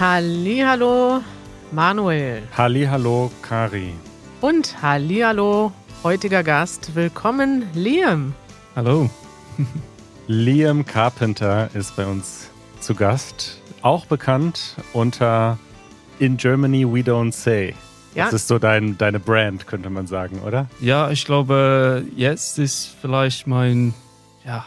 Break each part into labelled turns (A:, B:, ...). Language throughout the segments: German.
A: Hallihallo, Manuel.
B: Hallihallo, Kari.
A: Und Hallihallo, heutiger Gast. Willkommen, Liam.
C: Hallo.
B: Liam Carpenter ist bei uns zu Gast, auch bekannt unter In Germany We Don't Say.
A: Ja.
B: Das ist so dein, deine Brand, könnte man sagen, oder?
C: Ja, ich glaube, jetzt ist vielleicht mein ja,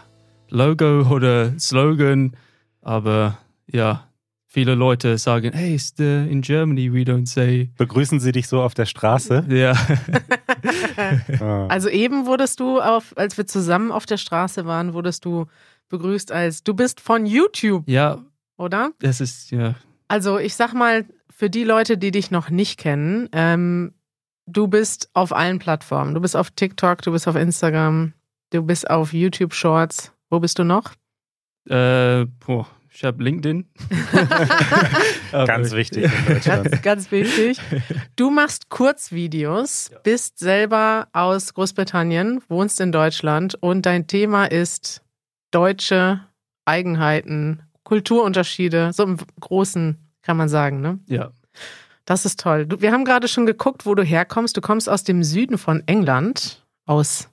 C: Logo oder Slogan, aber ja, viele Leute sagen, hey, ist äh, in Germany we don't say.
B: Begrüßen sie dich so auf der Straße?
C: Ja,
B: Ah.
A: Also eben wurdest du, auf, als wir zusammen auf der Straße waren, wurdest du begrüßt als, du bist von YouTube,
C: ja,
A: oder?
C: das ist ja
A: Also ich sag mal, für die Leute, die dich noch nicht kennen, ähm, du bist auf allen Plattformen. Du bist auf TikTok, du bist auf Instagram, du bist auf YouTube Shorts. Wo bist du noch?
C: äh, boah, ich habe LinkedIn. Aber-
B: Ganz wichtig in Deutschland.
A: Ganz, ganz wichtig. Du machst Kurzvideos, bist selber aus Großbritannien, wohnst in Deutschland und dein Thema ist deutsche Eigenheiten, Kulturunterschiede, so im Großen kann man sagen, ne?
C: Ja,
A: Das ist toll. Du, wir haben gerade schon geguckt, wo du herkommst. Du kommst aus dem Süden von England, aus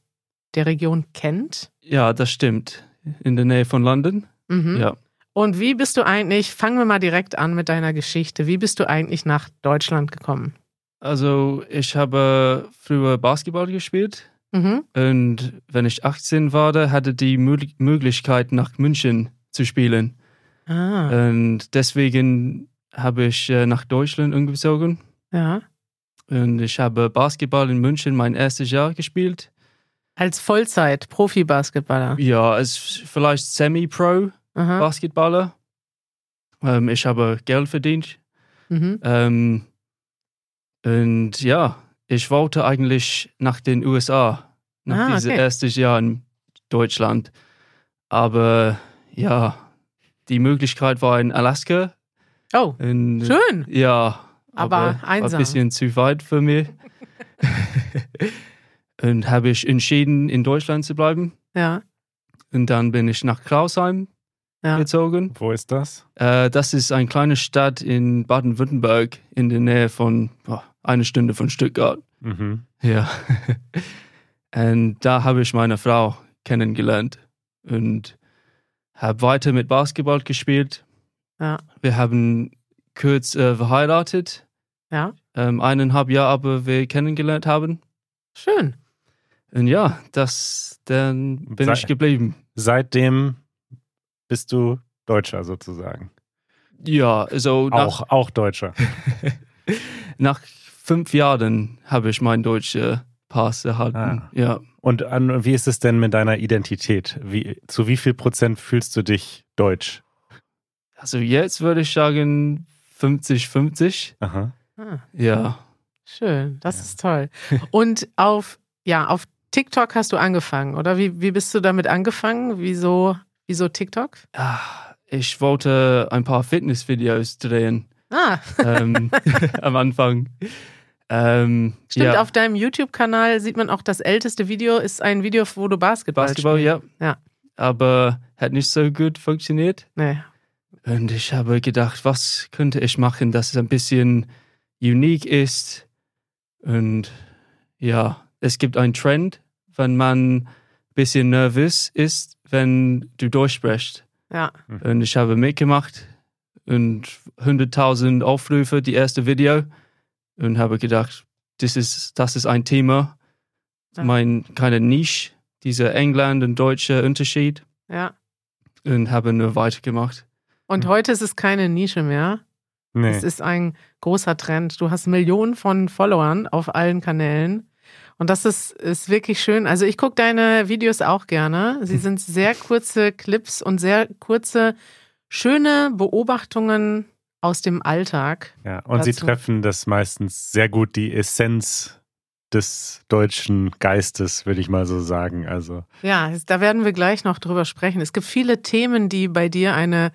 A: der Region Kent.
C: ja, das stimmt. In der Nähe von London.
A: Mhm.
C: Ja.
A: Und wie bist du eigentlich, fangen wir mal direkt an mit deiner Geschichte, wie bist du eigentlich nach Deutschland gekommen?
C: Also, ich habe früher Basketball gespielt.
A: Mhm.
C: Und wenn ich 18 war, da hatte die Mö- Möglichkeit, nach München zu spielen. Äh,
A: Ah,
C: Und deswegen habe ich äh, nach Deutschland umgezogen.
A: ja.
C: Und ich habe Basketball in München mein erstes Jahr gespielt.
A: Als Vollzeit, Profi-Basketballer.
C: Ja, als vielleicht Semi-Pro-Basketballer.
A: Aha.
C: Ähm, ich habe Geld verdient.
A: Mhm.
C: Ähm, und ja, ich wollte eigentlich nach den USA, nach
A: Ah,
C: diesem
A: okay.
C: ersten Jahr in Deutschland. Aber ja, die Möglichkeit war in Alaska.
A: Oh,
C: Und,
A: schön.
C: Ja,
A: Aber
C: war
A: einsam.
C: ein bisschen zu weit für mich. und habe ich entschieden, in Deutschland zu bleiben.
A: Ja,
C: Und dann bin ich nach Klausheim
A: ja.
C: gezogen.
B: Wo ist das?
C: Äh, das ist eine kleine Stadt in Baden-Württemberg in der Nähe von boah, eine Stunde von Stuttgart.
B: Mhm.
C: Ja. Und da habe ich meine Frau kennengelernt und habe weiter mit Basketball gespielt.
A: Ja.
C: Wir haben kurz äh, verheiratet,
A: ja.
C: ähm, eineinhalb Jahre aber wir kennengelernt haben.
A: Schön.
C: Und ja, das, dann bin
B: Sei-
C: ich geblieben.
B: Seitdem bist du Deutscher sozusagen.
C: Ja, also nach,
B: Auch, auch Deutscher.
C: nach fünf Jahren habe ich meinen deutschen Pass erhalten.
B: Ah.
C: Ja.
B: Und an, wie ist es denn mit deiner Identität? Wie, zu wie viel Prozent fühlst du dich deutsch?
C: Also jetzt würde ich sagen 50-50.
B: Aha.
A: Ah,
C: Ja.
A: schön, das
B: Ja.
A: ist toll. Und auf, ja, auf TikTok hast du angefangen, oder? Wie, wie bist du damit angefangen? Wieso, wieso TikTok?
C: Ah, Ich wollte ein paar Fitnessvideos drehen
A: Ah,
C: ähm, am Anfang. Ähm,
A: stimmt,
C: ja,
A: auf deinem YouTube-Kanal sieht man auch, das älteste Video ist ein Video, wo du Basketball,
C: Basketball,
A: spielst.
C: ja.
A: Ja.
C: Aber hat nicht so gut funktioniert.
A: Nee.
C: Und ich habe gedacht, was könnte ich machen, dass es ein bisschen unique ist. Und ja, es gibt einen Trend, wenn man ein bisschen nervös ist, wenn du durchsprichst.
A: Ja,
C: Und ich habe mitgemacht und 100.000 Aufrufe, die erste Video. Und habe gedacht, das ist, das ist ein Thema,
A: Ja.
C: mein, keine Nische, dieser England- und deutsche Unterschied.
A: ja.
C: Und habe nur weitergemacht.
A: Und
B: Hm.
A: heute ist es keine Nische mehr.
B: Nee.
A: Es ist ein großer Trend. Du hast Millionen von Followern auf allen Kanälen. Und das ist, ist wirklich schön. Also ich gucke deine Videos auch gerne. Sie sind sehr kurze Clips und sehr kurze, schöne Beobachtungen aus dem Alltag.
B: Ja, und sie
A: dazu.
B: treffen das meistens sehr gut, die Essenz des deutschen Geistes, würde ich mal so sagen. Also,
A: Ja, da werden wir gleich noch drüber sprechen. Es gibt viele Themen, die bei dir eine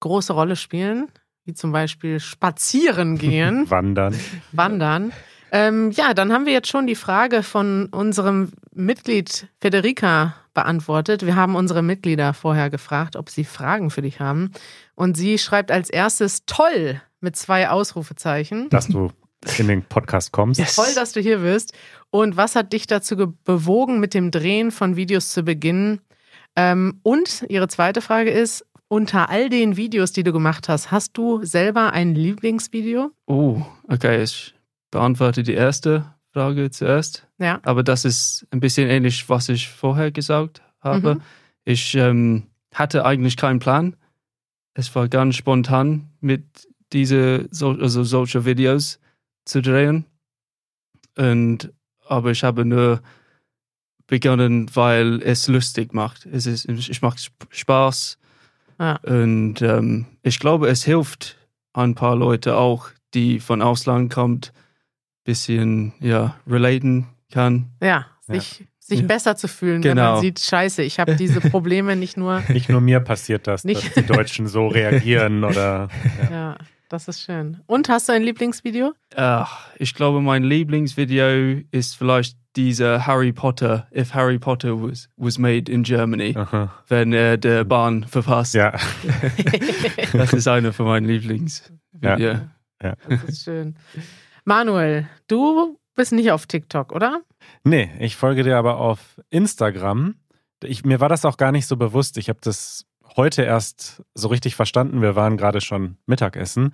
A: große Rolle spielen, wie zum Beispiel Spazieren gehen.
B: wandern.
A: Wandern. Ähm, ja, dann haben wir jetzt schon die Frage von unserem Mitglied Federica beantwortet. Wir haben unsere Mitglieder vorher gefragt, ob sie Fragen für dich haben. Und sie schreibt als erstes, toll, mit zwei Ausrufezeichen.
B: dass du in den Podcast kommst.
C: Yes.
A: Toll, dass du hier bist. Und was hat dich dazu ge- bewogen, mit dem Drehen von Videos zu beginnen? Ähm, und ihre zweite Frage ist, unter all den Videos, die du gemacht hast, hast du selber ein Lieblingsvideo?
C: Oh, okay. Ich beantworte die erste Frage zuerst.
A: Ja.
C: Aber das ist ein bisschen ähnlich, was ich vorher gesagt habe.
A: Mhm.
C: Ich ähm, hatte eigentlich keinen Plan. Es war ganz spontan, mit diese so, also solche Videos zu drehen. Und aber ich habe nur begonnen, weil es lustig macht. Es ist, ich mache Sp- Spaß.
A: Ja.
C: Und ähm, ich glaube, es hilft ein paar Leute auch, die von Ausland kommt, bisschen ja relaten kann.
A: Ja,
B: Ja.
A: sich, sich
C: Ja.
A: besser zu fühlen, wenn
C: Genau.
A: man sieht, scheiße, ich habe diese Probleme nicht nur.
B: Nicht nur mir passiert das, dass
A: Nicht-
B: die Deutschen so reagieren oder
A: Ja, das ist schön. Und hast du ein Lieblingsvideo?
C: Ach, ich glaube, mein Lieblingsvideo ist vielleicht dieser Harry Potter, if Harry Potter was, was made in Germany,
B: Aha.
C: wenn er der Bahn verpasst.
B: ja.
C: Das ist einer von meinen Lieblings.
B: Ja.
A: Das ist schön. Manuel, du bist nicht auf TikTok, oder?
B: Nee, ich folge dir aber auf Instagram. Ich, mir war das auch gar nicht so bewusst. Ich habe das heute erst so richtig verstanden. Wir waren gerade schon Mittagessen.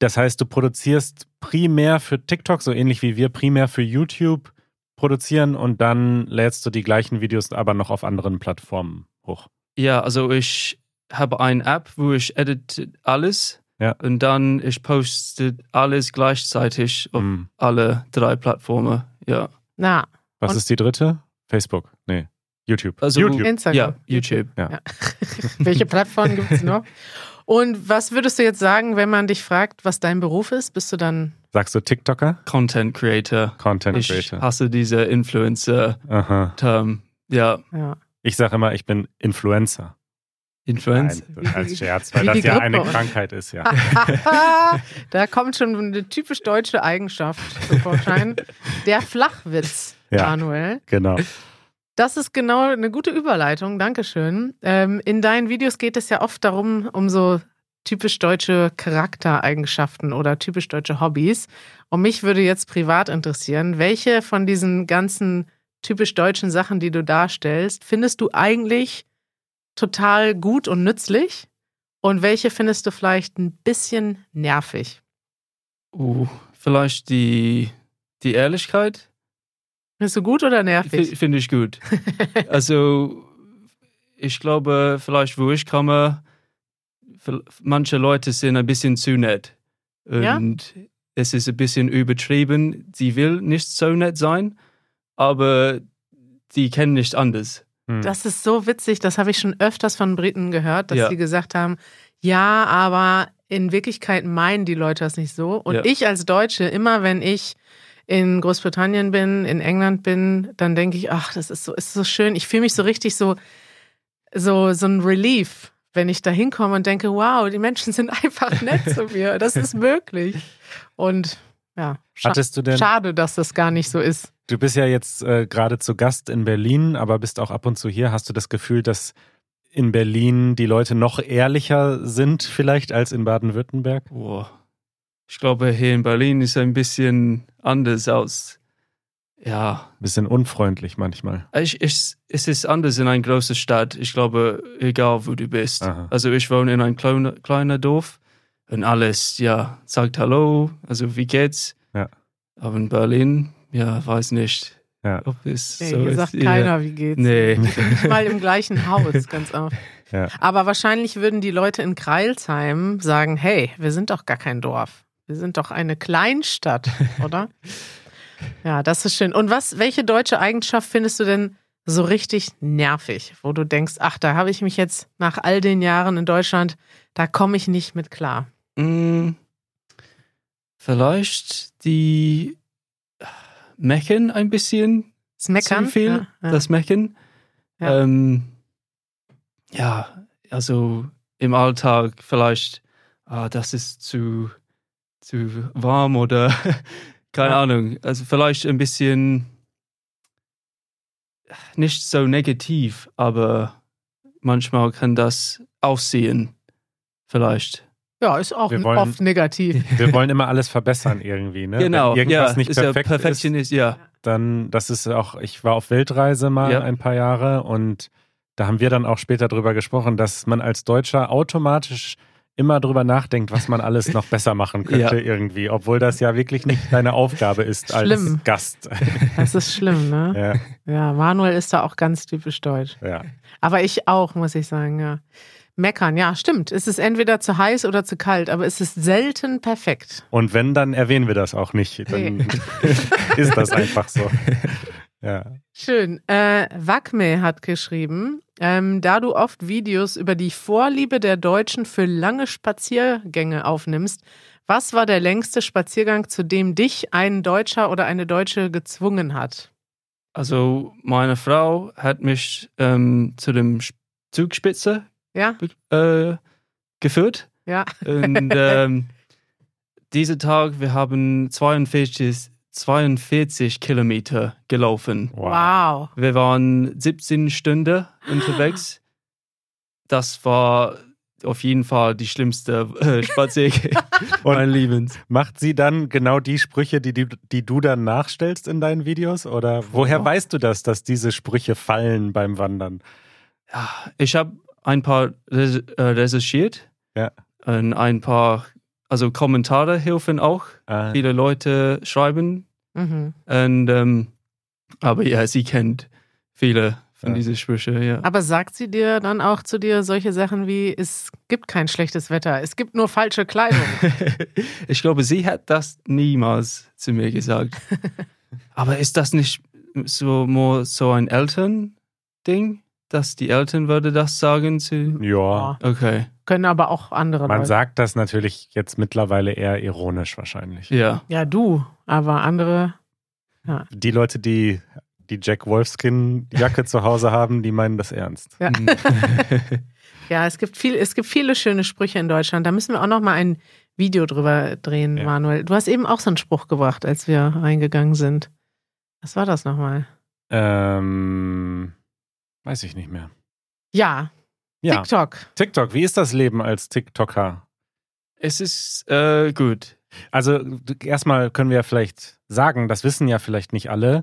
B: Das heißt, du produzierst primär für TikTok, so ähnlich wie wir primär für YouTube produzieren und dann lädst du die gleichen Videos aber noch auf anderen Plattformen hoch.
C: Ja, also ich habe eine App, wo ich edit alles
B: Ja.
C: und dann ich poste alles gleichzeitig auf
B: Hm.
C: alle drei Plattformen. Ja,
A: Na,
B: Was
A: Und-
B: ist die dritte? Facebook. Nee, YouTube.
C: Also-
B: YouTube.
A: Instagram.
C: ja YouTube.
A: Welche Plattformen gibt es noch? Und was würdest du jetzt sagen, wenn man dich fragt, was dein Beruf ist? Bist du dann.
B: Sagst du TikToker?
C: Content Creator.
B: Content
C: Ich
B: Creator.
C: hasse diese Influencer-Term.
B: Aha.
C: Ja,
A: Ja.
B: Ich sage immer, ich bin Influencer.
C: Influencer.
B: Nein, das
A: Wie-
B: als Scherz, weil
A: wie
B: das
A: die
B: ja
A: Grippe.
B: eine Krankheit ist, ja.
A: da kommt schon eine typisch deutsche Eigenschaft zum Vorschein. Der Flachwitz,
B: Ja.
A: Manuel.
B: Genau.
A: Das ist genau eine gute Überleitung, Dankeschön. Ähm, in deinen Videos geht es ja oft darum, um so typisch deutsche Charaktereigenschaften oder typisch deutsche Hobbys. Und mich würde jetzt privat interessieren, welche von diesen ganzen typisch deutschen Sachen, die du darstellst, findest du eigentlich total gut und nützlich? Und welche findest du vielleicht ein bisschen nervig?
C: Uh, vielleicht die, die Ehrlichkeit
A: Findest du gut oder
C: f-
A: nervig?
C: finde ich gut. also, ich glaube, vielleicht wo ich komme, vil- manche Leute sind ein bisschen zu nett.
A: Ja?
C: Und es ist ein bisschen übertrieben. Sie will nicht so nett sein, aber die kennen nicht anders.
B: Hm.
A: Das ist so witzig, das habe ich schon öfters von Briten gehört, dass
C: Ja.
A: sie gesagt haben, ja, aber in Wirklichkeit meinen die Leute das nicht so. Und
C: Ja.
A: ich als Deutsche, immer wenn ich in Großbritannien bin, in England bin, dann denke ich, ach, das ist so, ist so schön. Ich fühle mich so richtig so, so, so ein Relief, wenn ich da hinkomme und denke, wow, die Menschen sind einfach nett zu mir. Das ist möglich. Und ja, scha
B: Hattest du denn,
A: schade, dass das gar nicht so ist.
B: du bist ja jetzt äh, gerade zu Gast in Berlin, aber bist auch ab und zu hier. Hast du das Gefühl, dass in Berlin die Leute noch ehrlicher sind vielleicht als in Baden-Württemberg?
C: Boah. Ich glaube, hier in Berlin ist ein bisschen anders aus. Ja,
B: Bisschen unfreundlich manchmal.
C: ich, ich, es ist anders in einer großen Stadt. Ich glaube, egal wo du bist.
B: Aha.
C: Also ich wohne in einem kleinen kleiner Dorf und alles, ja, sagt Hallo, also wie geht's?
B: Ja.
C: Aber in Berlin, ja, weiß nicht,
B: Ja.
C: ob es
A: Nee,
C: so
A: hier
C: ist.
A: sagt
C: Ja.
A: keiner, wie geht's.
C: Nee.
A: nicht mal im gleichen Haus, ganz oft.
B: Ja.
A: Aber wahrscheinlich würden die Leute in Kreilsheim sagen, hey, wir sind doch gar kein Dorf. Wir sind doch eine Kleinstadt, oder? ja, das ist schön. Und was, welche deutsche Eigenschaft findest du denn so richtig nervig, wo du denkst, ach, da habe ich mich jetzt nach all den Jahren in Deutschland, da komme ich nicht mit klar.
C: Mm, vielleicht die Mecken ein bisschen,
A: Das Meckern?
C: zu viel,
A: Ja, ja.
C: das Mecken.
A: Ja.
C: Ja. Ähm, ja, also im Alltag vielleicht, ah, das ist zu, zu warm oder keine
A: Ja.
C: Ahnung. Also vielleicht ein bisschen nicht so negativ, aber manchmal kann das aussehen, vielleicht.
A: Ja, ist auch
B: Wir wollen-
A: oft negativ.
B: Wir wollen immer alles verbessern irgendwie, ne?
C: Genau,
B: Wenn irgendwas
C: ja,
B: nicht
C: ist
B: perfekt
C: ja Perfektionist, ja.
B: dann, das ist auch, ich war auf Weltreise mal
C: Ja.
B: ein paar Jahre und da haben wir dann auch später drüber gesprochen, dass man als Deutscher automatisch immer drüber nachdenkt, was man alles noch besser machen könnte irgendwie, obwohl das ja wirklich nicht deine Aufgabe ist
A: Schlimm.
B: als Gast.
A: Das ist schlimm, ne?
B: ja,
A: Ja, Manuel ist da auch ganz typisch deutsch.
B: ja.
A: Aber ich auch, muss ich sagen, ja. Meckern, ja, stimmt. Es ist entweder zu heiß oder zu kalt, aber es ist selten perfekt.
B: Und wenn, dann erwähnen wir das auch nicht. Dann ist das einfach so. Ja.
A: Schön. Äh, Wacme hat geschrieben, ähm, da du oft Videos über die Vorliebe der Deutschen für lange Spaziergänge aufnimmst, was war der längste Spaziergang, zu dem dich ein Deutscher oder eine Deutsche gezwungen hat?
C: Also meine Frau hat mich ähm, zu dem Sch- Zugspitze
A: Ja,
C: äh, geführt
A: ja.
C: und ähm, dieser Tag, wir haben 42, 42 Kilometer gelaufen.
A: Wow.
C: Wir waren 17 Stunden unterwegs. Das war auf jeden Fall die schlimmste äh, Spaziergang
B: Und-
C: mein Liebens.
B: Macht sie dann genau die Sprüche, die, die, die du dann nachstellst in deinen Videos? Oder woher weißt du das, dass diese Sprüche fallen beim Wandern?
C: Ja, Ich habe ein paar res äh, recherchiert
B: Ja.
C: und ein paar, also Kommentare helfen auch.
B: Ah,
C: Viele Leute schreiben
A: Mhm.
C: und ähm, aber ja, sie kennt viele von
B: Ja.
C: diesen Sprüchen. Ja.
A: Aber sagt sie dir dann auch zu dir solche Sachen wie, es gibt kein schlechtes Wetter, es gibt nur falsche Kleidung?
C: ich glaube, sie hat das niemals zu mir gesagt. Aber ist das nicht so more so ein Eltern-Ding, dass die Eltern würde das sagen zu?
A: Mhm.
B: ja.
C: Okay,
A: Können aber auch andere
B: Man
A: Leute.
B: sagt das natürlich jetzt mittlerweile eher ironisch wahrscheinlich.
C: ja.
A: ja, du, aber andere.
B: Die Leute, die die Jack Wolfskin-Jacke zu Hause haben, die meinen das ernst.
A: Ja.
C: Hm.
A: Ja, es gibt, viel, es gibt viele schöne Sprüche in Deutschland. Da müssen wir auch noch mal ein Video drüber drehen,
B: Ja.
A: Manuel. Du hast eben auch so einen Spruch gebracht, als wir reingegangen sind. Was war das nochmal?
B: Ähm, weiß ich nicht mehr.
A: Ja,
B: Ja,
A: TikTok.
B: TikTok. Wie ist das Leben als TikToker?
C: es ist äh, gut.
B: Also du- erstmal können wir ja vielleicht sagen, das wissen ja vielleicht nicht alle,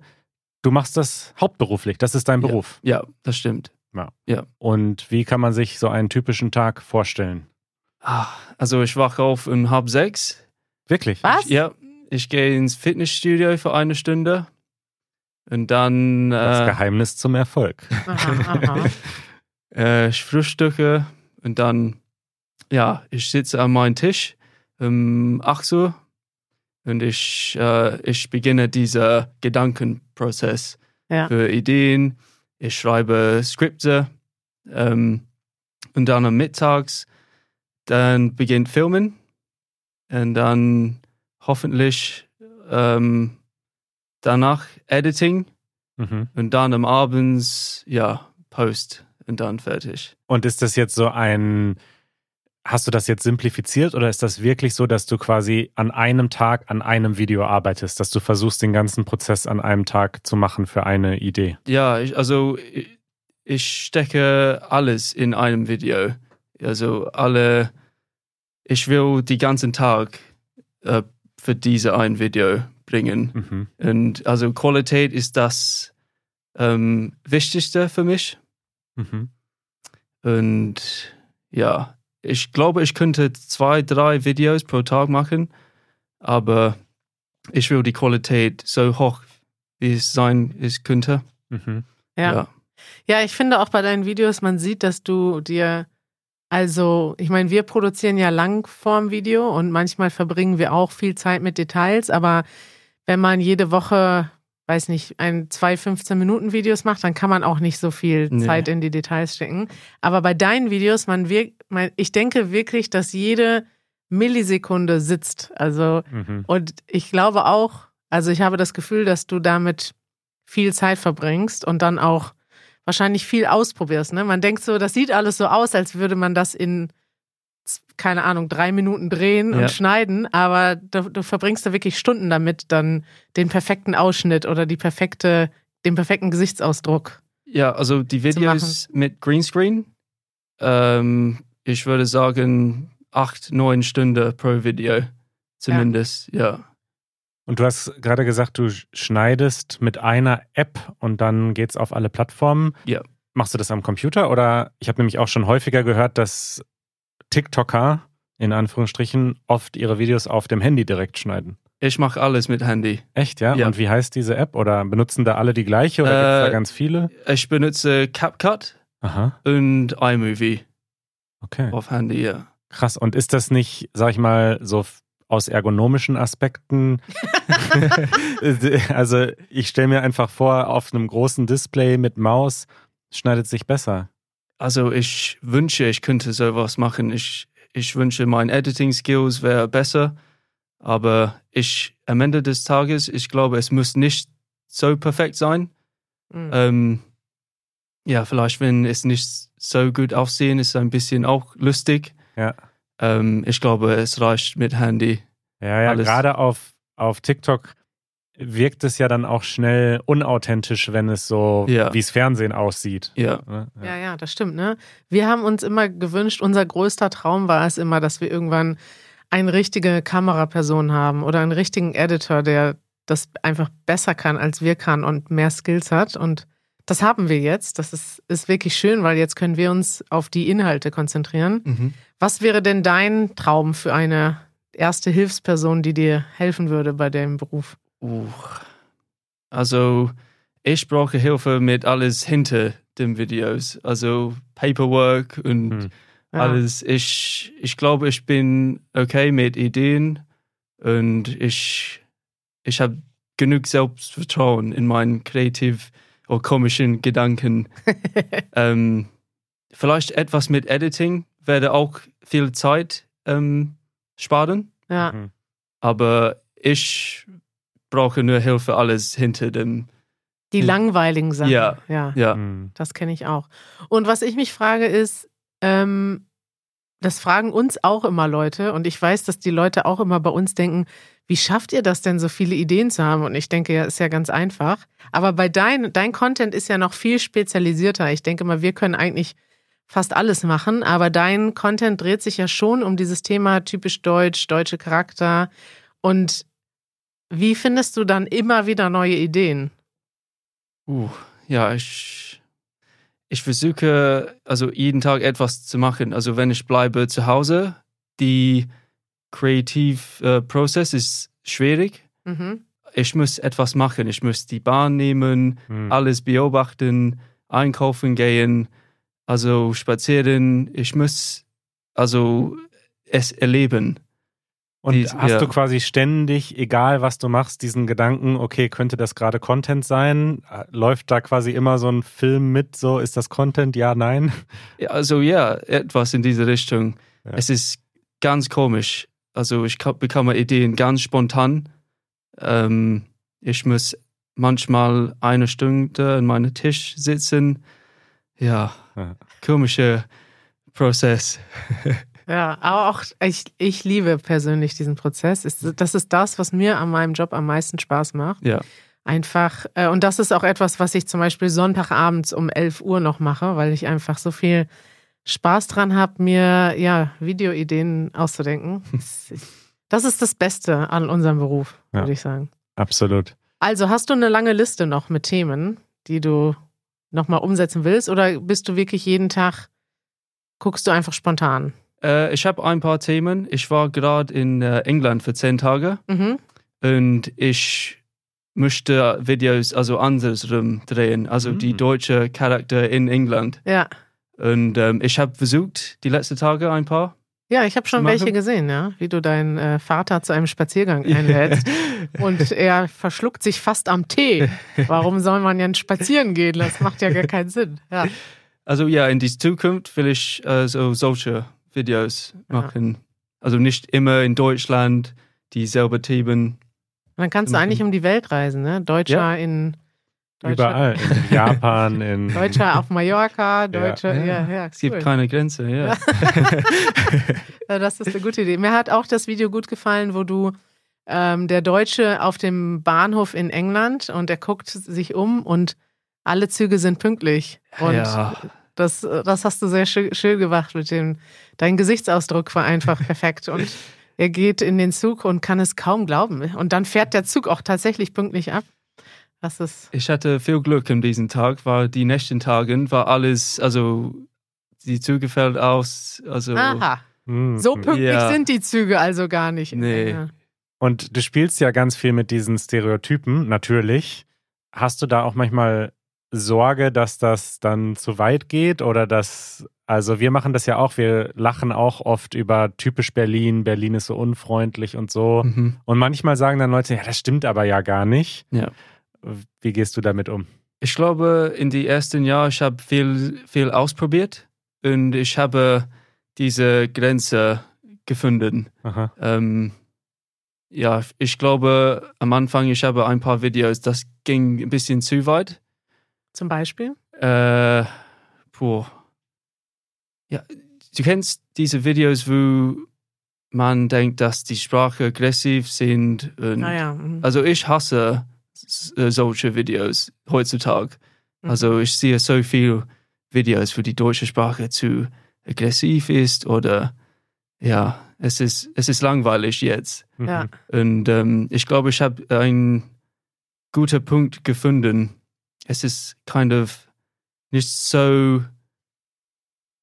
B: du machst das hauptberuflich, das ist dein Beruf.
C: Ja, das stimmt.
B: Und wie kann man sich so einen typischen Tag vorstellen?
C: Ah, Also ich wache auf um halb sechs.
B: Wirklich?
A: Was?
C: Ja, ich gehe ins Fitnessstudio für eine Stunde und dann
B: Das
C: äh,
B: Geheimnis zum Erfolg.
A: Aha, aha.
C: äh, ich frühstücke und dann, ja, ich sitze an meinem Tisch um 8 Uhr und ich, äh, ich beginne diesen Gedankenprozess
A: Ja.
C: für Ideen. Ich schreibe Skripte ähm, und dann am Mittags, dann beginnt Filmen und dann hoffentlich ähm, danach Editing
B: Mhm.
C: und dann am Abend, ja, Post und dann fertig.
B: Und ist das jetzt so ein, hast du das jetzt simplifiziert oder ist das wirklich so, dass du quasi an einem Tag an einem Video arbeitest, dass du versuchst, den ganzen Prozess an einem Tag zu machen für eine Idee?
C: Ja, ich, also ich, ich stecke alles in einem Video. Also alle, ich will den ganzen Tag äh, für diese ein Video bringen.
B: Mhm.
C: Und also Qualität ist das ähm, Wichtigste für mich.
B: Mhm.
C: Und ja, ich glaube, ich könnte zwei, drei Videos pro Tag machen, aber ich will die Qualität so hoch, wie es sein es könnte.
B: Mhm.
A: ja. Ja, ich finde auch bei deinen Videos, man sieht, dass du dir, also, ich meine, wir produzieren ja Langform-Video und manchmal verbringen wir auch viel Zeit mit Details, aber wenn man jede Woche, weiß nicht, ein, zwei 15-Minuten-Videos macht, dann kann man auch nicht so viel
C: Nee.
A: Zeit in die Details stecken. Aber bei deinen Videos, man wir, man, ich denke wirklich, dass jede Millisekunde sitzt. Also,
B: Mhm.
A: und ich glaube auch, also ich habe das Gefühl, dass du damit viel Zeit verbringst und dann auch wahrscheinlich viel ausprobierst. Ne? Man denkt so, das sieht alles so aus, als würde man das in, z- keine Ahnung, drei Minuten drehen
C: Ja.
A: und schneiden, aber du, du verbringst da wirklich Stunden damit, dann den perfekten Ausschnitt oder die perfekte, den perfekten Gesichtsausdruck.
C: Ja, also die Videos mit Greenscreen, ähm, ich würde sagen acht, neun Stunden pro Video. Zumindest, ja.
B: Und du hast gerade gesagt, du sch- schneidest mit einer App und dann geht's auf alle Plattformen.
C: Ja.
B: Machst du das am Computer oder ich habe nämlich auch schon häufiger gehört, dass TikToker in Anführungsstrichen oft ihre Videos auf dem Handy direkt schneiden.
C: Ich mache alles mit Handy.
B: Echt, ja?
C: Ja.
B: Und wie heißt diese App? Oder benutzen da alle die gleiche oder gibt's da
C: Äh,
B: ganz viele?
C: Ich benutze CapCut
B: Aha,
C: und iMovie
B: okay.
C: auf Handy, ja.
B: Krass. Und ist das nicht, sag ich mal, so f- aus ergonomischen Aspekten? also, ich stelle mir einfach vor, auf einem großen Display mit Maus schneidet sich besser.
C: Also ich wünsche, ich könnte sowas machen. Ich, ich wünsche, mein Editing Skills wäre besser. Aber ich am Ende des Tages, ich glaube, es muss nicht so perfekt sein.
A: Mhm.
C: Ähm, ja, vielleicht, wenn es nicht so gut aussehen, ist ein bisschen auch lustig.
B: Ja.
C: Ähm, ich glaube, es reicht mit Handy.
B: Ja, ja,
C: Alles.
B: gerade auf, auf TikTok wirkt es ja dann auch schnell unauthentisch, wenn es so,
C: Ja.
B: wie es Fernsehen aussieht.
C: Ja.
B: ne?
A: Ja, ja, das stimmt, ne? Wir haben uns immer gewünscht, unser größter Traum war es immer, dass wir irgendwann eine richtige Kameraperson haben oder einen richtigen Editor, der das einfach besser kann, als wir kann und mehr Skills hat. Und das haben wir jetzt. Das ist, ist wirklich schön, weil jetzt können wir uns auf die Inhalte konzentrieren. Was wäre denn dein Traum für eine erste Hilfsperson, die dir helfen würde bei dem Beruf?
C: Uch. Also, ich brauche Hilfe mit alles hinter den Videos. Also Paperwork und
B: Hm.
A: Ja.
C: alles. Ich, Also ich glaube, ich bin okay mit Ideen und ich, ich habe genug Selbstvertrauen in meinen kreativ oder komischen Gedanken. ähm, vielleicht etwas mit Editing werde auch viel Zeit ähm, sparen,
A: Ja.
B: Mhm.
C: aber ich brauche nur Hilfe alles hinter dem.
A: Die langweiligen Sachen.
C: Ja.
A: ja.
C: Ja,
B: Mhm.
A: Das kenne ich auch. Und was ich mich frage ist, ähm, das fragen uns auch immer Leute und ich weiß, dass die Leute auch immer bei uns denken, wie schafft ihr das denn, so viele Ideen zu haben? Und ich denke, ja, ist ja ganz einfach. Aber bei dein, dein Content ist ja noch viel spezialisierter. Ich denke mal, wir können eigentlich fast alles machen, aber dein Content dreht sich ja schon um dieses Thema typisch deutsch, deutsche Charakter. Und wie findest du dann immer wieder neue Ideen?
C: uh, ja ich. ich versuche, also jeden Tag etwas zu machen. Also wenn ich bleibe zu Hause, die Creative äh, Prozess ist schwierig.
A: Mhm.
C: Ich muss etwas machen. Ich muss die Bahn nehmen,
B: Mhm.
C: alles beobachten, einkaufen gehen, also spazieren. Ich muss also es erleben.
B: Und
C: dies-
B: hast
C: ja.
B: du quasi ständig, egal was du machst, diesen Gedanken, okay, könnte das gerade Content sein? Äh, Läuft da quasi immer so ein Film mit, so ist das Content, ja, nein?
C: Ja, Also ja, etwas in diese Richtung.
B: Ja.
C: Es ist ganz komisch. Also ich ka- bekomme Ideen ganz spontan. Ähm, ich muss manchmal eine Stunde an meinem Tisch sitzen. Ja,
B: Ja.
C: komischer Prozess.
A: Ja, aber auch ich, ich liebe persönlich diesen Prozess. Es- Das ist das, was mir an meinem Job am meisten Spaß macht.
C: Ja.
A: Einfach, äh, und das ist auch etwas, was ich zum Beispiel Sonntagabends um 11 Uhr noch mache, weil ich einfach so viel Spaß dran habe, mir ja Videoideen auszudenken. Das ist das Beste an unserem Beruf,
B: Ja.
A: würde ich sagen.
B: Absolut.
A: Also hast du eine lange Liste noch mit Themen, die du nochmal umsetzen willst, oder bist du wirklich jeden Tag, guckst du einfach spontan?
C: Äh, ich habe ein paar Themen. Ich war gerade in äh, England für zehn Tage
A: Mhm.
C: und ich möchte Videos also andersrum drehen, also die
B: Mhm.
C: deutsche Charakter in England.
A: Ja.
C: Und ähm, ich habe versucht, die letzten Tage ein paar.
A: Ja, ich habe schon
C: Machen.
A: welche gesehen, ja, wie du deinen äh, Vater zu einem Spaziergang einlädst und er verschluckt sich fast am Tee. Warum soll man denn spazieren gehen? Das macht ja gar keinen Sinn. Ja,
C: also ja, in die Zukunft will ich äh, so solche Videos
A: Ja.
C: machen. Also nicht immer in Deutschland dieselbe Themen.
A: dann kannst du eigentlich um die Welt reisen, ne? Deutscher
C: Mhm. Ja.
A: in Deutscher,
B: Überall. In Japan, in.
A: Deutscher auf Mallorca, Deutsche,
C: Ja.
A: ja, ja,
C: Es gibt
A: cool.
C: keine Grenze, ja.
A: Ja, Das ist eine gute Idee. Mir hat auch das Video gut gefallen, wo du ähm, der Deutsche auf dem Bahnhof in England und er guckt sich um und alle Züge sind pünktlich und
C: ja.
A: Das, äh, das hast du sehr schön, schön gemacht mit dem. Dein Gesichtsausdruck war einfach perfekt. Und er geht in den Zug und kann es kaum glauben. Und dann fährt der Zug auch tatsächlich pünktlich ab. Das ist.
C: Ich hatte viel Glück an diesem Tag, weil die nächsten Tagen war alles, also die Züge fällt aus, also
A: Aha.
B: Hm.
A: So pünktlich
C: Mhm. Ja.
A: sind die Züge also gar nicht.
C: Nee.
A: Ja.
B: Und du spielst ja ganz viel mit diesen Stereotypen, natürlich. Hast du da auch manchmal Sorge, dass das dann zu weit geht oder dass, also wir machen das ja auch, wir lachen auch oft über typisch Berlin, Berlin ist so unfreundlich und so.
C: mhm.
B: Und manchmal sagen dann Leute, ja, das stimmt aber ja gar nicht.
C: Ja.
B: Wie gehst du damit um?
C: Ich glaube, in die ersten Jahre ich habe viel viel ausprobiert und ich habe diese Grenze gefunden.
B: Aha.
C: Ähm, ja, ich glaube, am Anfang ich habe ein paar Videos, das ging ein bisschen zu weit.
A: Zum Beispiel?
C: Äh, puh. Ja, du kennst diese Videos, wo man denkt, dass die Sprache aggressiv sind. Und
A: Naja. mhm.
C: Also ich hasse s- äh, solche Videos heutzutage.
A: Mhm.
C: Also ich sehe so viel Videos, wo die deutsche Sprache zu aggressiv ist oder ja, es ist, es ist langweilig jetzt.
A: Ja.
B: Mhm.
C: Und ähm, ich glaube, ich habe einen guten Punkt gefunden. Es ist kind of nicht so,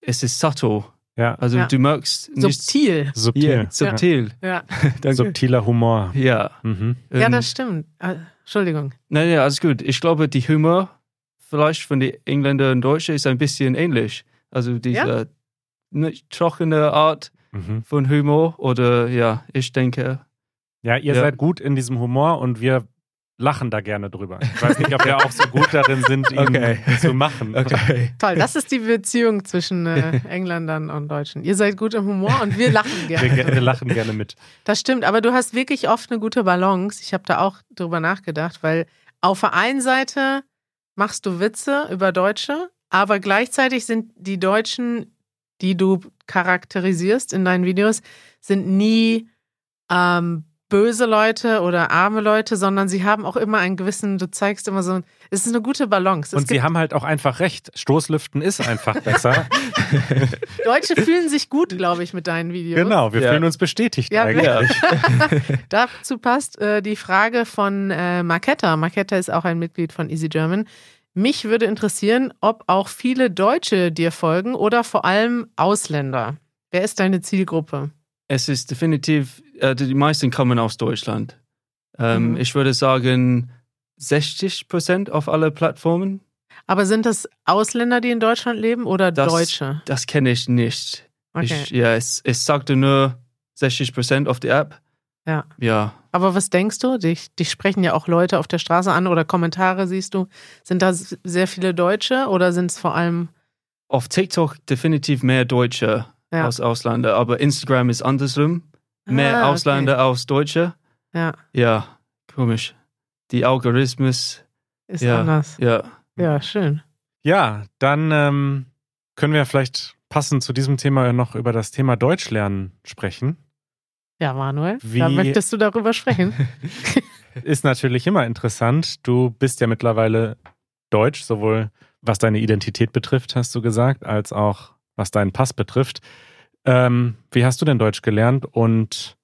C: es ist subtle.
B: ja.
C: Also
A: Ja.
C: du merkst nicht
A: Subtil.
B: Subtil.
C: Yeah, subtil.
A: Ja.
C: Danke.
B: Subtiler Humor.
C: Ja.
B: Mhm.
A: ja,
C: ähm,
A: das stimmt. Äh, Entschuldigung.
C: Nein, nein, alles gut. Ich glaube, die Humor vielleicht von den Engländern und Deutschen ist ein bisschen ähnlich. Also diese ne, trockene Art
B: Mhm.
C: von Humor oder ja, ich denke,
B: Ja, ihr
C: Ja.
B: seid gut in diesem Humor und wir lachen da gerne drüber. Ich weiß nicht, ob wir auch so gut darin sind, ihn
C: Okay.
B: zu machen.
C: okay.
A: Toll, das ist die Beziehung zwischen äh, Engländern und Deutschen. Ihr seid gut im Humor und wir lachen
B: Wir, ge-
A: gerne.
B: wir lachen gerne mit.
A: Das stimmt, aber du hast wirklich oft eine gute Balance. Ich habe da auch drüber nachgedacht, weil auf der einen Seite machst du Witze über Deutsche, aber gleichzeitig sind die Deutschen, die du charakterisierst in deinen Videos, sind nie ähm, böse Leute oder arme Leute, sondern sie haben auch immer einen gewissen, du zeigst immer so, ein- es ist eine gute Balance. Es
B: Und sie
A: gibt,
B: haben halt auch einfach recht. Stoßlüften ist einfach besser.
A: Deutsche fühlen sich gut, glaube ich, mit deinen Videos.
B: genau, wir
C: Ja.
B: fühlen uns bestätigt
A: Ja,
B: eigentlich.
C: Ja.
A: Dazu passt äh, die Frage von äh, Marketta. Marketta ist auch ein Mitglied von Easy German. Mich würde interessieren, ob auch viele Deutsche dir folgen oder vor allem Ausländer. Wer ist deine Zielgruppe?
C: Es ist definitiv, äh, die meisten kommen aus Deutschland. Ähm,
A: Mhm.
C: Ich würde sagen, 60 Prozent auf alle Plattformen.
A: Aber sind das Ausländer, die in Deutschland leben oder
C: Das-
A: Deutsche?
C: Das kenne ich nicht.
A: Okay.
C: Ich, ja, es, es sagte nur 60 Prozent auf der App.
A: Ja.
C: Ja,
A: Aber was denkst du? Dich, dich sprechen ja auch Leute auf der Straße an oder Kommentare siehst du. Sind da s- sehr viele Deutsche oder sind es vor allem.
C: auf TikTok definitiv mehr Deutsche
A: Ja.
C: als Ausländer, aber Instagram ist andersrum. Mehr
A: Ah, okay.
C: Ausländer als Deutsche.
A: Ja,
C: Ja, komisch. Die Algorithmus,
A: ist
C: Ja.
A: anders.
C: ja.
A: Ja, schön.
B: Ja, dann ähm, können wir vielleicht passend zu diesem Thema noch über das Thema Deutsch lernen sprechen.
A: Ja, Manuel,
B: Wie-
A: da möchtest du darüber sprechen.
B: Ist natürlich immer interessant. Du bist ja mittlerweile deutsch, sowohl was deine Identität betrifft, hast du gesagt, als auch was deinen Pass betrifft. Ähm, wie hast du denn Deutsch gelernt und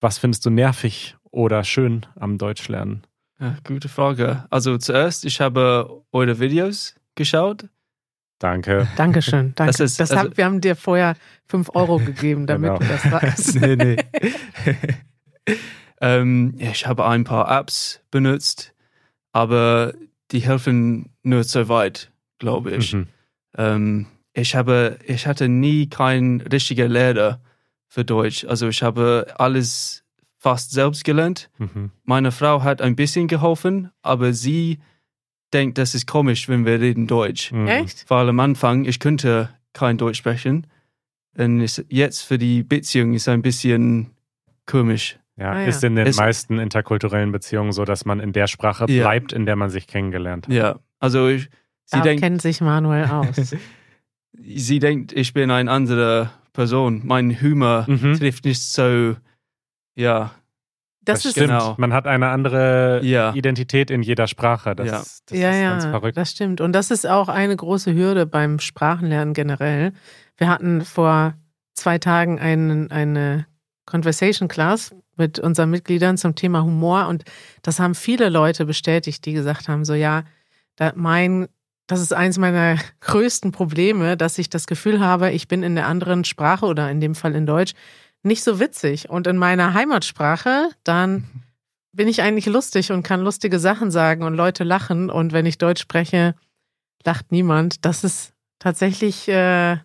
B: was findest du nervig oder schön am Deutschlernen?
C: ja. Gute Frage. Also zuerst, ich habe eure Videos geschaut.
B: Danke.
A: Dankeschön. Danke. Das
C: Das ist-
A: haben,
C: also-
A: wir haben dir vorher 5 Euro gegeben, damit
B: Genau.
A: du das weißt.
C: nee, nee. ähm, ja, ich habe ein paar Apps benutzt, aber die helfen nur so weit, glaube ich.
B: Mhm.
C: Ähm, ich, habe, ich hatte nie keinen richtigen Lehrer für Deutsch. Also ich habe alles fast selbst gelernt.
B: Mhm.
C: Meine Frau hat ein bisschen geholfen, aber sie denkt, das ist komisch, wenn wir reden Deutsch.
B: Mhm.
A: Echt?
C: Weil am Anfang, ich könnte kein Deutsch sprechen. Und es- jetzt für die Beziehung ist ein bisschen komisch.
B: Ja,
A: Ah, ja.
B: ist in den
C: Es-
B: meisten interkulturellen Beziehungen so, dass man in der Sprache
C: Ja.
B: bleibt, in der man sich kennengelernt hat.
C: Ja, also ich, sie,
B: Ah,
A: da
C: denkt,
A: kennt sich Manuel aus.
C: sie denkt, ich bin eine andere Person. Mein Humor
B: Mhm.
C: trifft nicht so, ja,
A: Das, ist
B: stimmt.
C: Genau.
B: Man hat eine andere
C: Ja.
B: Identität in jeder Sprache. Das,
C: Ja.
B: das
A: ja,
B: ist
A: ja,
B: ganz verrückt.
A: Das stimmt. Und das ist auch eine große Hürde beim Sprachenlernen generell. Wir hatten vor zwei Tagen einen, eine Conversation Class mit unseren Mitgliedern zum Thema Humor und das haben viele Leute bestätigt, die gesagt haben, so ja, da mein, das ist eins meiner größten Probleme, dass ich das Gefühl habe, ich bin in der anderen Sprache oder in dem Fall in Deutsch nicht so witzig und in meiner Heimatsprache
B: Mhm.
A: dann bin ich eigentlich lustig und kann lustige Sachen sagen und Leute lachen. Und wenn ich Deutsch spreche, lacht niemand. Das ist tatsächlich, äh,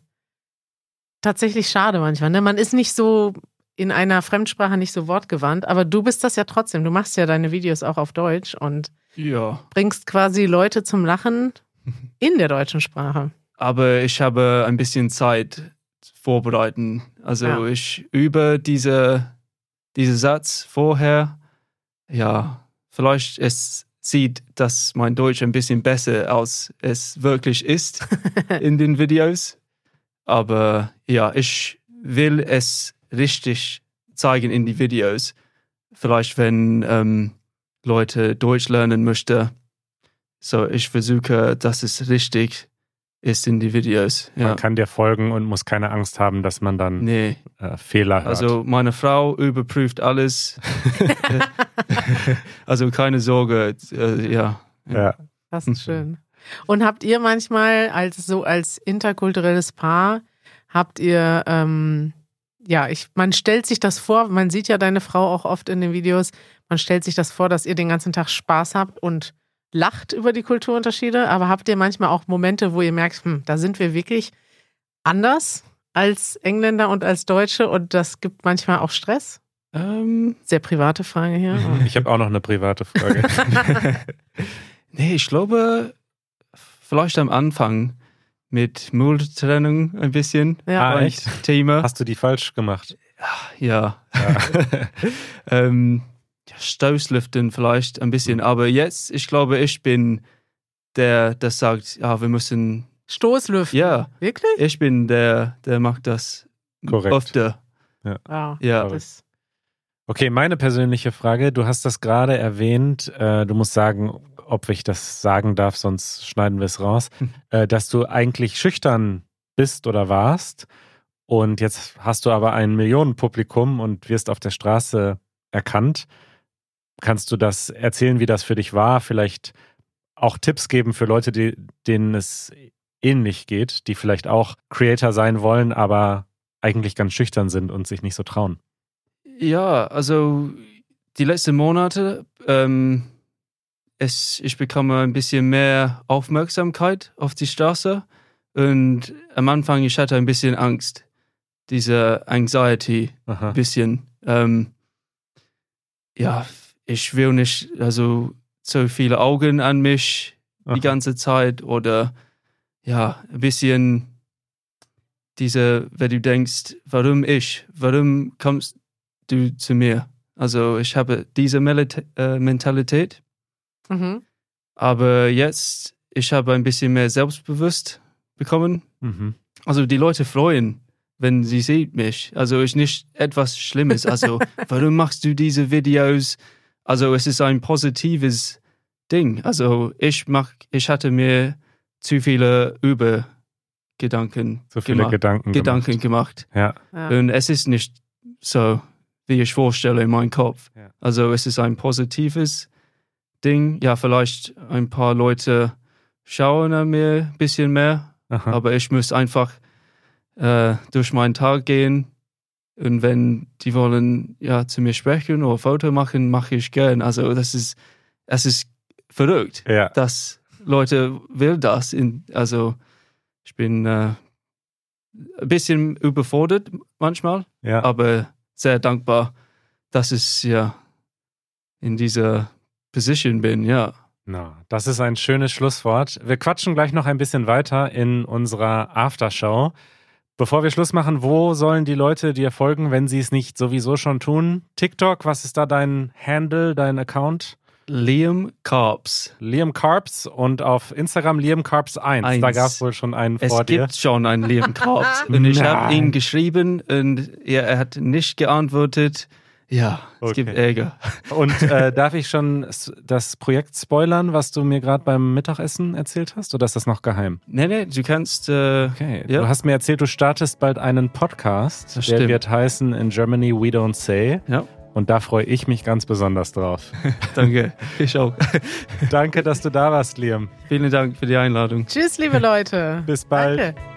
A: tatsächlich schade manchmal. Ne? Man ist nicht so in einer Fremdsprache nicht so wortgewandt, aber du bist das ja trotzdem. Du machst ja deine Videos auch auf Deutsch und
C: Ja.
A: bringst quasi Leute zum Lachen in der deutschen Sprache.
C: aber ich habe ein bisschen Zeit vorbereiten. Also
A: Ja.
C: ich übe diese, diesen Satz vorher. Ja, vielleicht es sieht, dass mein Deutsch ein bisschen besser aus es wirklich ist in den Videos. Aber ja, ich will es richtig zeigen in die Videos. Vielleicht wenn ähm, Leute Deutsch lernen möchte. So, ich versuche, dass es richtig ist in die Videos. Ja.
B: Man kann dir folgen und muss keine Angst haben, dass man dann
C: Nee,
B: äh, Fehler hört.
C: also meine Frau überprüft alles. also keine Sorge. Äh, ja.
B: ja.
A: Das ist schön. Und habt ihr manchmal als so als interkulturelles Paar, habt ihr, ähm, ja, ich, man stellt sich das vor, man sieht ja deine Frau auch oft in den Videos, man stellt sich das vor, dass ihr den ganzen Tag Spaß habt und lacht über die Kulturunterschiede, aber habt ihr manchmal auch Momente, wo ihr merkt, hm, da sind wir wirklich anders als Engländer und als Deutsche und das gibt manchmal auch Stress?
C: Ähm,
A: Sehr private Frage hier.
B: Ich habe auch noch eine private Frage.
C: nee, ich glaube, vielleicht am Anfang mit Mülltrennung ein bisschen.
A: Ja.
B: Ah,
C: ein
B: echt?
C: Thema.
B: Hast du die falsch gemacht?
C: Ja. ähm, ja, Stoßlüften vielleicht ein bisschen, aber jetzt, ich glaube, ich bin der, der sagt, ja, wir müssen,
A: Stoßlüften.
C: ja,
A: Wirklich?
C: ich bin der, der macht das
B: Korrekt.
C: öfter.
A: Wow.
C: Ja,
B: Korrekt.
A: Das,
B: Okay, meine persönliche Frage. Du hast das gerade erwähnt. Äh, du musst sagen, ob ich das sagen darf, sonst schneiden wir es raus.
C: Hm.
B: Äh, dass du eigentlich schüchtern bist oder warst. Und jetzt hast du aber ein Millionenpublikum und wirst auf der Straße erkannt. Kannst du das erzählen, wie das für dich war? Vielleicht auch Tipps geben für Leute, die, denen es ähnlich geht, die vielleicht auch Creator sein wollen, aber eigentlich ganz schüchtern sind und sich nicht so trauen.
C: ja also die letzten Monate, ähm, es, ich bekomme ein bisschen mehr Aufmerksamkeit auf die Straße und am Anfang, ich hatte ein bisschen Angst, diese Anxiety,
B: Aha.
C: bisschen. Ähm, ja, ich will nicht, also so viele Augen an mich
B: Aha.
C: die ganze Zeit oder ja, ein bisschen diese, wenn du denkst, warum ich, warum kommst du zu mir? Also ich habe diese Melita- äh, Mentalität,
A: mhm.
C: aber jetzt, ich habe ein bisschen mehr Selbstbewusst bekommen
B: Mhm.
C: also die Leute freuen, wenn sie sieht mich. Also ist nicht etwas Schlimmes. Also warum machst du diese Videos? Also es ist ein positives Ding. Also ich mach, ich hatte mir zu viele Übergedanken
B: So viele
C: gemacht,
B: Gedanken.
C: Genau. Gedanken gemacht.
B: Gemacht.
A: ja.
C: Und es ist nicht so, wie ich vorstelle in meinem Kopf.
B: Ja.
C: Also es ist ein positives Ding. Ja, vielleicht ein paar Leute schauen an mir ein bisschen mehr,
B: Ja. Aha.
C: aber ich muss einfach äh, durch meinen Tag gehen. Und wenn die wollen ja zu mir sprechen oder Foto machen, mache ich gern. Also das ist, es ist verrückt,
B: ja.
C: dass Leute will das. In, also ich bin äh, ein bisschen überfordert manchmal,
B: ja.
C: aber sehr dankbar, dass ich ja in dieser Position bin. Ja,
B: Na, das ist ein schönes Schlusswort. Wir quatschen gleich noch ein bisschen weiter in unserer Aftershow. Bevor wir Schluss machen, wo sollen die Leute dir folgen, wenn sie es nicht sowieso schon tun? TikTok, was ist da dein Handle, dein Account?
C: Liam Carps.
B: Liam Carps und auf Instagram Liam Carps 1.
C: Eins.
B: Da gab es wohl schon einen
C: Es
B: vor
C: gibt
B: dir.
C: schon einen lieben Korps. und ich habe
B: Nein.
C: ihm geschrieben und er, er hat nicht geantwortet. Ja, es
B: Okay.
C: gibt Ärger.
B: Und äh, darf ich schon s- das Projekt spoilern, was du mir gerade beim Mittagessen erzählt hast? Oder ist das noch geheim?
C: Nee, nee, du kannst. Äh,
B: Okay.
C: Ja.
B: Du hast mir erzählt, du startest bald einen Podcast.
C: Das
B: der
C: stimmt.
B: wird heißen In Germany We Don't Say.
C: Ja,
B: Und da freue ich mich ganz besonders drauf.
C: danke. ich auch.
B: Danke, dass du da warst, Liam.
C: Vielen Dank für die Einladung.
A: Tschüss, liebe Leute.
B: Bis bald.
A: Danke.